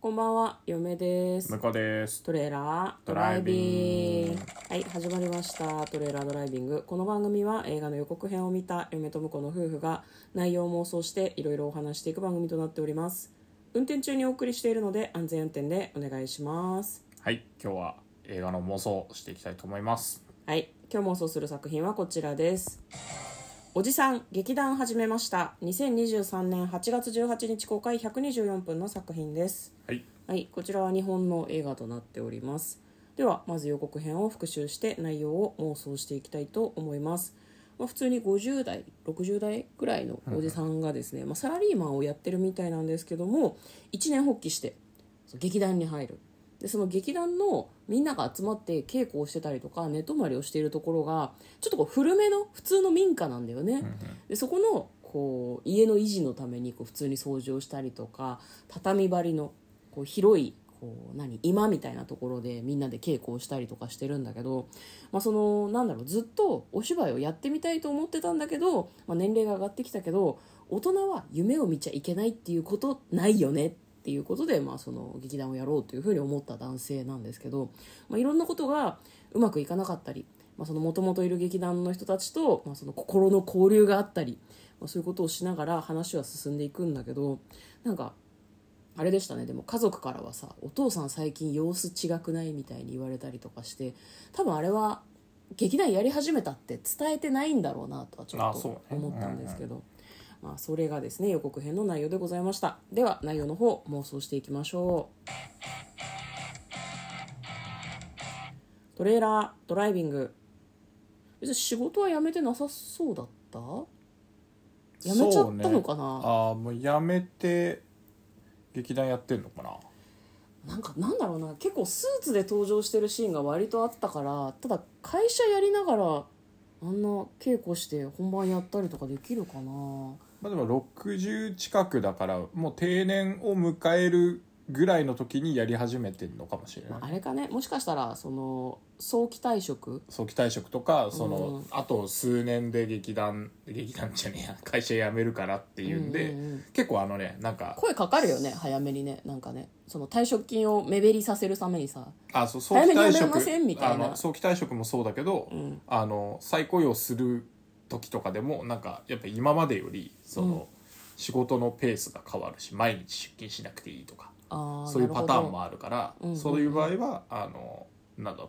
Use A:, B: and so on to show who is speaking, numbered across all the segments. A: こんばんは、嫁です
B: 向。こうです
A: トレーラード
B: ド
A: ラ
B: ラ
A: イ
B: イ
A: ビン
B: ビ
A: グ
B: ング
A: はい始まりましたトレーラードライビングこの番組は映画の予告編を見た嫁と婿の夫婦が内容を妄想していろいろお話していく番組となっております運転中にお送りしているので安全運転でお願いします
B: はい今日は映画の妄想をしていきたいと思います
A: はい今日妄想する作品はこちらですおじさん劇団始めました2023年8月18日公開124分の作品です
B: はい
A: はい、こちらは日本の映画となっております。では、まず予告編を復習して内容を妄想していきたいと思います。まあ、普通に50代、60代ぐらいのおじさんがですね、まあ、サラリーマンをやってるみたいなんですけども、一年発起して、そう劇団に入る。で、その劇団のみんなが集まって稽古をしてたりとか、寝泊まりをしているところが、ちょっとこう古めの普通の民家なんだよね。でそこのこう家の維持のためにこう普通に掃除をしたりとか畳張りのこう広いこう何今みたいなところでみんなで稽古をしたりとかしてるんだけど、まあ、そのなんだろうずっとお芝居をやってみたいと思ってたんだけど、まあ、年齢が上がってきたけど大人は夢を見ちゃいけないっていうことないよねっていうことで、まあ、その劇団をやろうというふうに思った男性なんですけど、まあ、いろんなことがうまくいかなかったりもともといる劇団の人たちと、まあ、その心の交流があったり、まあ、そういうことをしながら話は進んでいくんだけどなんかあれでしたねでも家族からはさ「お父さん最近様子違くない?」みたいに言われたりとかして多分あれは劇団やり始めたって伝えてないんだろうなとはちょっ
B: あそう
A: と
B: ね
A: 思ったんですけど、まあ、それがですね予告編の内容でございましたでは内容の方妄想していきましょうトレーラードライビング別に仕事は辞めてなさそうだった辞めちゃったのかな、
B: そうねああもうやめて劇団やってんのかな
A: なんかなんだろうな結構スーツで登場してるシーンが割とあったからただ会社やりながらあんな稽古して本番やったりとかできるかな
B: まあでも60近くだからもう定年を迎えるぐらいの時にやり始めてんのかもしれ
A: ま
B: ない
A: あ、あれかねもしかしたらその早期退職
B: 早期退職とかその、
A: うん
B: あと数年で劇団劇団じゃねえや会社辞めるからっていうんで、
A: うんうんうん
B: 結構あのねなんか
A: 声かかるよね早めにねなんかねその退職金を目減りさせるためにさ
B: あそう早
A: 早
B: 期
A: めに
B: 退
A: 辞めません
B: 職
A: みたいな
B: あの早期退職もそうだけど、
A: うん
B: あの再雇用する時とかでもなんかやっぱ今までよりその、
A: うん
B: 仕事のペースが変わるし毎日出勤しなくていいとか
A: あー
B: そういうパター
A: な
B: ン
A: る
B: もあるから
A: うんうんうん
B: そういう場合はあのなんだろう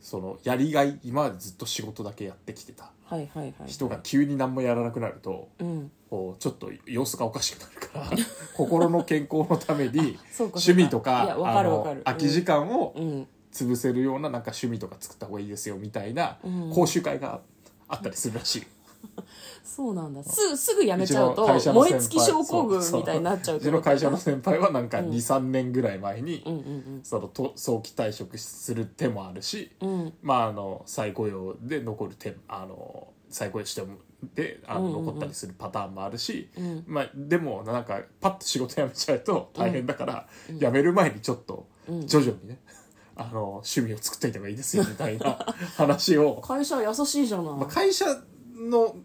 B: そのやりがい今までずっと仕事だけやってきてた
A: ほどはいはいはい
B: 人が急に何もやらなくなると
A: うん
B: こうちょっと様子がおかしくなる から心の健康のために
A: そうか
B: 趣味と
A: い
B: か
A: やわ
B: あ
A: かるわか
B: の
A: る
B: 空き時間を
A: うんうん
B: 潰せるようななんか趣味とか作った方がいいですよみたいな
A: うん
B: 講習会があったりするらしい、
A: そうなんだすすぐ辞めちゃうと燃え尽き症候群みたいになっちゃう
B: う
A: っ
B: ち
A: て
B: の
A: こと
B: 会社の先輩はなんか
A: うん
B: 23、年ぐらい前に、
A: うんうん
B: そのと早期退職する手もあるし、
A: うんうん
B: まああの再雇用で残る手あの再雇用してもであ
A: う
B: の
A: んうんうん
B: 残ったりするパターンもあるし、
A: うん
B: まあ、でもなんかパッと仕事辞めちゃうと大変だから、
A: うん
B: 辞める前にちょっと
A: うん
B: 徐々にね、あの趣味を作っといた方がいいですよみたいな 話を
A: 会社優しいじゃない、
B: まあ、会社の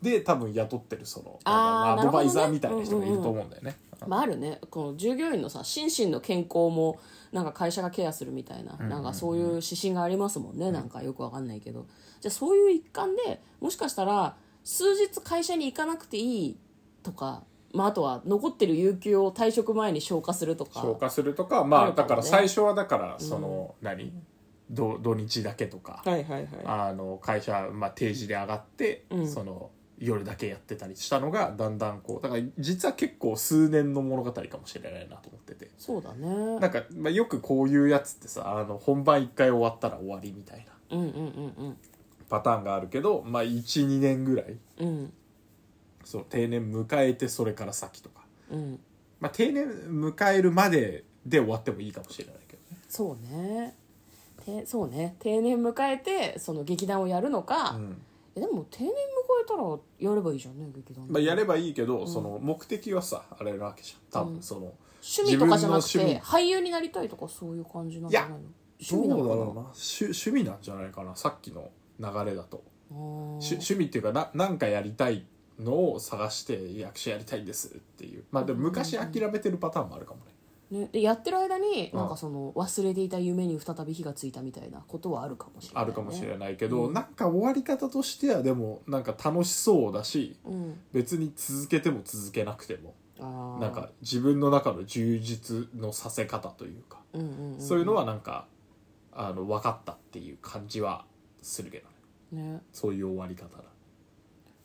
B: で多分雇ってるその
A: あー
B: まアドバイ
A: な
B: ザ
A: るほど
B: ー
A: ね
B: みたいな人がいると思うんだよね。
A: まあ、あるねこの従業員のさ心身の健康もなんか会社がケアするみたいな,、
B: んうん
A: なんかそういう指針がありますもんね、なんかよくわかんないけどじゃあそういう一環でもしかしたら数日会社に行かなくていいとか、まあ、あとは残ってる有給を退職前に消化するとか
B: 消化するとかま
A: あ
B: あ
A: るかもね
B: だから最初はだからその、何土土日だけとか、
A: はいはいは
B: あの会社、まあ、定時で上がって、
A: うん
B: その夜だけやってたりしたのがだんだんこうだから実は結構数年の物語かもしれないなと思ってて。
A: いそうだね
B: なんか、まあ、よくこういうやつってさあの本番1回終わったら終わりみたいな
A: うんうんうん
B: パターンがあるけど、まあ、12年ぐらい
A: うんうん
B: そう定年迎えてそれから先とか、
A: うん
B: まあ、定年迎えるまでで終わってもいいかもしれないけどね
A: そうねてそうね定年迎えてその劇団をやるのか、えでも定年迎えたらやればいいじゃんね劇団
B: まあ、やればいいけど、
A: ん
B: その目的はさあれなわけじゃん多
A: うん
B: 分その、
A: 趣味とかじゃなく
B: 自分の
A: て
B: 趣
A: 俳優になりたいとかそういう感じなんじゃないの趣味な
B: どうだろう
A: の
B: な趣趣味なんじゃないかなさっきの流れだと、
A: かなあー
B: 趣趣味っていうかななんかやりたいのを探して役者やりたいんですっていうまあでも昔諦めてるパターンもあるかもね、
A: ね、でやってる間に
B: うん
A: なんかその忘れていた夢に再び火がついたみたいなことはあるかもしれない、
B: あるかもし
A: い、
B: れないけど、
A: うん
B: なんか終わり方としてはでもなんか楽しそうだし
A: うん、
B: 別に続けても続けなくても
A: あー
B: なんか、自分の中の充実のさせ方というか、
A: うんうんん
B: そういうのはなんかあの分かったっていう感じはするけどね
A: ね、
B: そういう終わり方だ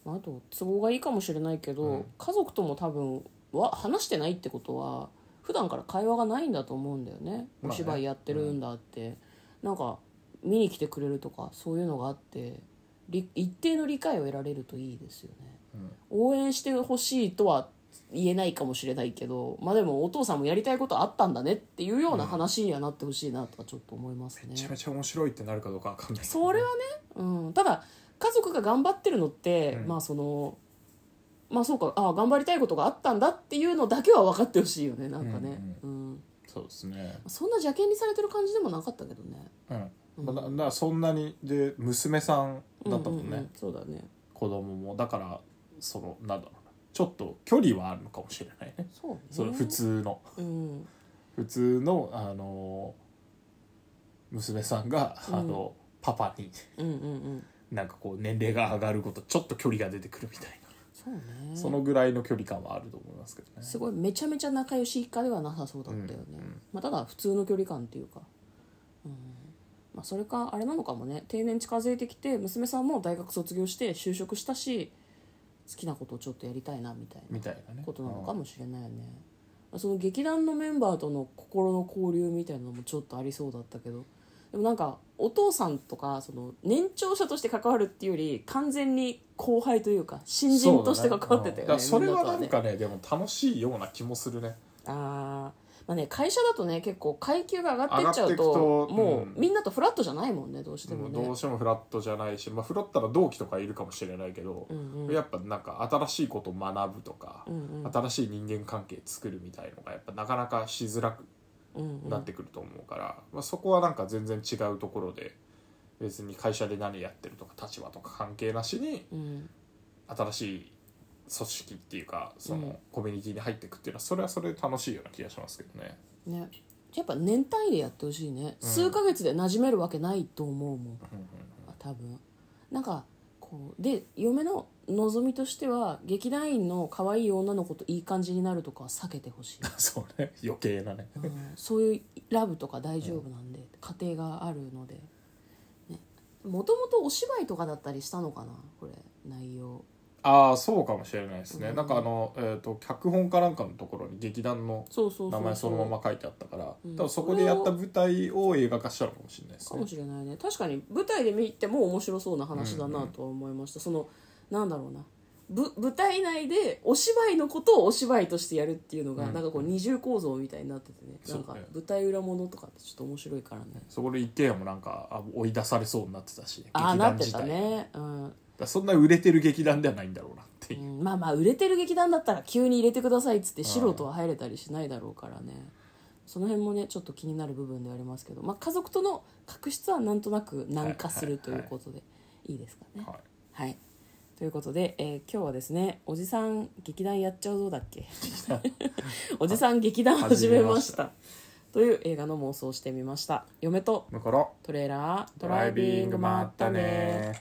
A: まあ、あと都合がいいかもしれないけど、
B: うん
A: 家族とも多分は話してないってことは普段から会話がないんだと思うんだよね
B: まあね
A: お芝居やってるんだって、なんか見に来てくれるとかそういうのがあってり一定の理解を得られるといいですよね、応援してほしいとは言えないかもしれないけどまあでもお父さんもやりたいことあったんだねっていうような話にはなってほしいなとはちょっと思いますね、
B: めちゃめちゃ面白いってなるかどうかわかんないけど
A: それはね、うん、ただ家族が頑張ってるのって、
B: うん
A: まあそのまあそうかああ頑張りたいことがあったんだっていうのだけは分かってほしいよねなんかね、うん
B: そうですね
A: そんな邪険にされてる感じでもなかったけどね
B: うん、まあ、だだからそんなにで娘さんだったも
A: う
B: んね、
A: んうんうんそうだね
B: 子供もだからそのなんだろうなちょっと距離はあるのかもしれないね
A: そうね
B: その普通の
A: うん
B: 普通のあの娘さんがあの、パパに
A: うんうんうん
B: なんかこう年齢が上がることちょっと距離が出てくるみたいな
A: そうね
B: そのぐらいの距離感はあると思いますけどね。
A: すごいめちゃめちゃ仲良し一家ではなさそうだったよね、
B: うんうん
A: まあ、ただ普通の距離感っていうか、うんまあ、それかあれなのかもね定年近づいてきて娘さんも大学卒業して就職したし好きなことをちょっとやりたいなみたいな
B: みたいなね。
A: ことなのかもしれないよね、その劇団のメンバーとの心の交流みたいなのもちょっとありそうだったけどでもなんかお父さんとかその年長者として関わるっていうより完全に後輩というか新人として関わってたよね
B: そうだねうんだからそれは
A: み
B: なん
A: なと
B: かねでも楽しいような気もするね。
A: あーまあね会社だとね結構階級が上がってっちゃうと
B: 上がっていくと
A: も
B: う
A: う
B: ん
A: みんなとフラットじゃないもんねどうして
B: で
A: も
B: も
A: ね
B: どうしてもフラットじゃないし、まあフラットな同期とかいるかもしれないけど、
A: うんうん
B: やっぱなんか新しいことを学ぶとか、
A: うんうん
B: 新しい人間関係作るみたいのがやっぱなかなかしづらく
A: うんうん
B: なってくると思うから、まあそこはなんか全然違うところで。別に会社で何やってるとか立場とか関係なしに
A: うん
B: 新しい組織っていうかそ
A: うん
B: のコミュニティに入っていくっていうのはそれはそれで楽しいような気がしますけどね。
A: ねやっぱ年単位でやってほしいね、数ヶ月で馴染めるわけないと思うもん
B: うんうん
A: 多分なんかこうで嫁の望みとしては劇団員の可愛い女の子といい感じになるとかは避けてほしい、
B: そうね余計なね
A: うんそういうラブとか大丈夫なんで、家庭があるのでもともとお芝居とかだったりしたのかなこれ内容
B: ああそうかもしれないですね、
A: うん
B: なんかあの、えー、と脚本かなんかのところに劇団の
A: そうそうそう
B: 名前そのまま書いてあったから
A: うん
B: 多分そこでやった舞台を映画化したのかもしれないです
A: か
B: ね
A: もしれないね確かに舞台で見ても面白そうな話だなとは思いました、そのなんだろうなぶ舞台内でお芝居のことをお芝居としてやるっていうのが、
B: うん
A: なんかこう二重構造みたいになっててね
B: そ
A: な
B: うんね
A: か舞台裏ものとかってちょっと面白いからね
B: そこで一軒家もなんかあ追い出されそうになってたし
A: ああ
B: 劇
A: な
B: 団
A: って
B: 自
A: た
B: 体
A: ね、うん
B: だからそんな売れてる劇団ではないんだろうなっていうう、
A: んまあまあ売れてる劇団だったら急に入れてくださいっつって素人は入れたりしないだろうからねその辺もねちょっと気になる部分ではありますけど、まあ、家族との確執はなんとなく軟化するということでいいですかね。
B: はい、
A: はい、ということで、えー今日はですねおじさん劇団やっちゃうぞだっけおじさん劇団始めましたという映画の妄想をしてみました嫁と
B: だから
A: トレーラード
B: ドライビングもあったね